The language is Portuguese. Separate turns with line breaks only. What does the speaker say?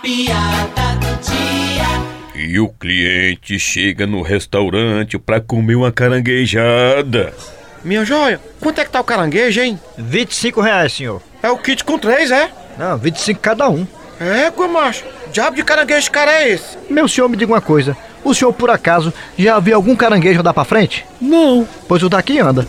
piada do dia.
E o cliente chega no restaurante pra comer uma caranguejada.
Minha joia, quanto é que tá o caranguejo, hein?
25 reais, senhor.
É o kit com três, é?
Não, 25 cada um.
É, macho. Diabo de caranguejo cara é esse?
Meu senhor, me diga uma coisa. O senhor, por acaso, já viu algum caranguejo andar pra frente?
Não.
Pois o daqui anda.